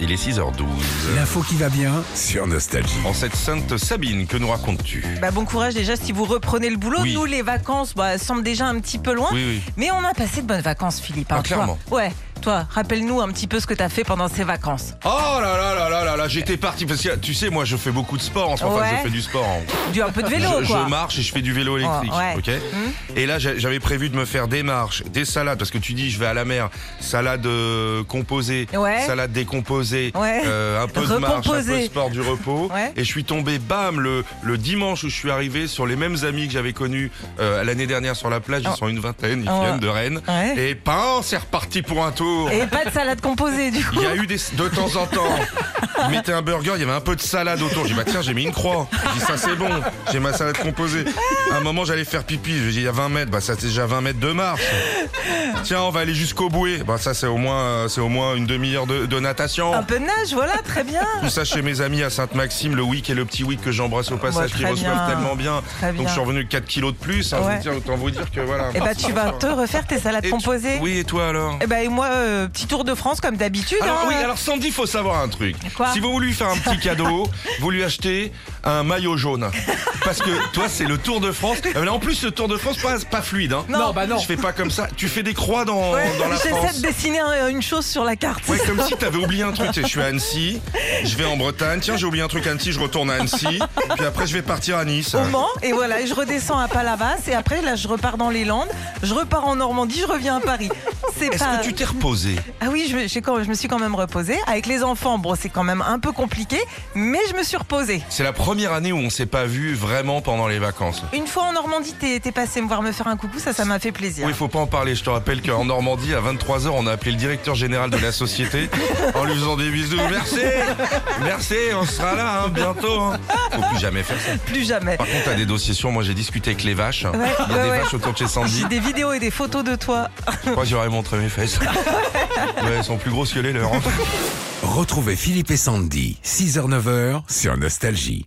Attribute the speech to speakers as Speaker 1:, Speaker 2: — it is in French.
Speaker 1: il est 6h12.
Speaker 2: L'info qui va bien
Speaker 3: sur Nostalgie.
Speaker 1: En cette sainte Sabine, que nous racontes-tu
Speaker 4: Bah, bon courage déjà si vous reprenez le boulot.
Speaker 1: Oui.
Speaker 4: Nous, les vacances bah, semblent déjà un petit peu loin.
Speaker 1: Oui, oui.
Speaker 4: Mais on a passé de bonnes vacances, Philippe. hein,
Speaker 1: Ah,
Speaker 4: toi.
Speaker 1: clairement.
Speaker 4: Ouais. Toi, rappelle-nous un petit peu ce que t'as fait pendant ces vacances.
Speaker 1: Oh là là là là là là, j'étais parti parce que tu sais, moi je fais beaucoup de sport en ce moment. Enfin,
Speaker 4: Ouais.
Speaker 1: je fais du sport. en-
Speaker 4: Du un peu de vélo,
Speaker 1: je, je
Speaker 4: quoi.
Speaker 1: marche et je fais du vélo électrique.
Speaker 4: Oh, ouais.
Speaker 1: ok et là, j'a- j'avais prévu de me faire des marches, des salades, parce que tu dis, je vais à la mer, salade euh, composée,
Speaker 4: Ouais.
Speaker 1: salade décomposée,
Speaker 4: Ouais.
Speaker 1: euh, un peu de marche, un peu de
Speaker 4: Recomposée.
Speaker 1: sport du repos.
Speaker 4: Ouais.
Speaker 1: Et je suis tombé, bam, le, le dimanche où je suis arrivé sur les mêmes amis que j'avais connus euh, l'année dernière sur la plage. Ils
Speaker 4: Oh.
Speaker 1: sont une vingtaine, ils
Speaker 4: Oh.
Speaker 1: viennent de Rennes.
Speaker 4: Ouais.
Speaker 1: Et pain, c'est reparti pour un tour.
Speaker 4: Et pas de salade composée, du coup.
Speaker 1: Il y a eu des, de temps en temps, ils mettaient un burger, il y avait un peu de salade autour. J'ai dit, bah tiens, j'ai mis une croix. J'ai dit, ça c'est bon, j'ai ma salade composée. À un moment, j'allais faire pipi. J'ai dit, il y a 20 mètres, bah ça c'est déjà 20 mètres de marche. Tiens, on va aller jusqu'au bouée. Bah ça c'est au moins, euh, c'est au moins une demi-heure de, de natation.
Speaker 4: Un peu de nage, voilà, très bien.
Speaker 1: Tout ça chez mes amis à Sainte-Maxime, le week et le petit week que j'embrasse au passage,
Speaker 4: très
Speaker 1: qui reçoivent
Speaker 4: bien.
Speaker 1: tellement bien.
Speaker 4: Très
Speaker 1: Donc
Speaker 4: bien.
Speaker 1: je suis revenu avec 4 kilos de plus. hein, je
Speaker 4: Ouais.
Speaker 1: veux dire, autant vous dire que voilà.
Speaker 4: Et bah, tu vas te refaire tes salades
Speaker 1: Et tu-
Speaker 4: composées.
Speaker 1: Oui, et toi alors
Speaker 4: Et bah, et moi, euh, petit tour de France, comme d'habitude.
Speaker 1: Alors
Speaker 4: hein.
Speaker 1: oui, alors Sandy, faut savoir un truc.
Speaker 4: Quoi
Speaker 1: si vous voulez lui faire un petit cadeau, vous lui achetez un maillot jaune. Parce que toi, c'est le Tour de France. Euh, mais En plus, le Tour de France, pas, pas fluide. Hein.
Speaker 4: Non. Non,
Speaker 2: bah non.
Speaker 1: Je fais pas comme ça. Tu fais des croix dans,
Speaker 4: Ouais,
Speaker 1: dans la
Speaker 4: J'essaie
Speaker 1: France.
Speaker 4: de dessiner un- une chose sur la carte.
Speaker 1: Ouais, comme si t'avais oublié un truc. Tu sais, Je suis à Annecy, je vais en Bretagne. Tiens, j'ai oublié un truc à Annecy, je retourne à Annecy. Puis après, je vais partir à Nice.
Speaker 4: au Mans et voilà et je redescends à Palavas et après là je repars dans les Landes, je repars en Normandie, je reviens à Paris. C'est
Speaker 1: Est-ce
Speaker 4: pas
Speaker 1: que tu t'es reposé
Speaker 4: Ah oui, je, me- j'ai quand- je me suis quand même reposée avec les enfants. Bon, c'est quand même un peu compliqué, mais je me suis reposée.
Speaker 1: C'est la première année où on s'est pas vu vraiment pendant les vacances.
Speaker 4: Une fois en Normandie, t'es t'es passé me voir me faire un coucou, ça ça m'a fait plaisir.
Speaker 1: Oui, faut pas en parler. Je te rappelle qu'en Normandie, à 23h, on a appelé le directeur général de la société en lui faisant des bisous. Merci Merci On sera là, hein, bientôt. hein. Faut plus jamais faire ça.
Speaker 4: Plus jamais.
Speaker 1: Par contre, t'as des dossiers sur moi. J'ai discuté avec les vaches.
Speaker 4: Ouais,
Speaker 1: Il y a
Speaker 4: ouais,
Speaker 1: des
Speaker 4: ouais.
Speaker 1: vaches autour de chez Sandy.
Speaker 4: J'ai des vidéos et des photos de toi.
Speaker 1: Je crois que j'aurais montré mes fesses. Ouais, elles sont plus grosses que les leurs. hein.
Speaker 3: Retrouvez Philippe et Sandy, 6h-9h sur Nostalgie.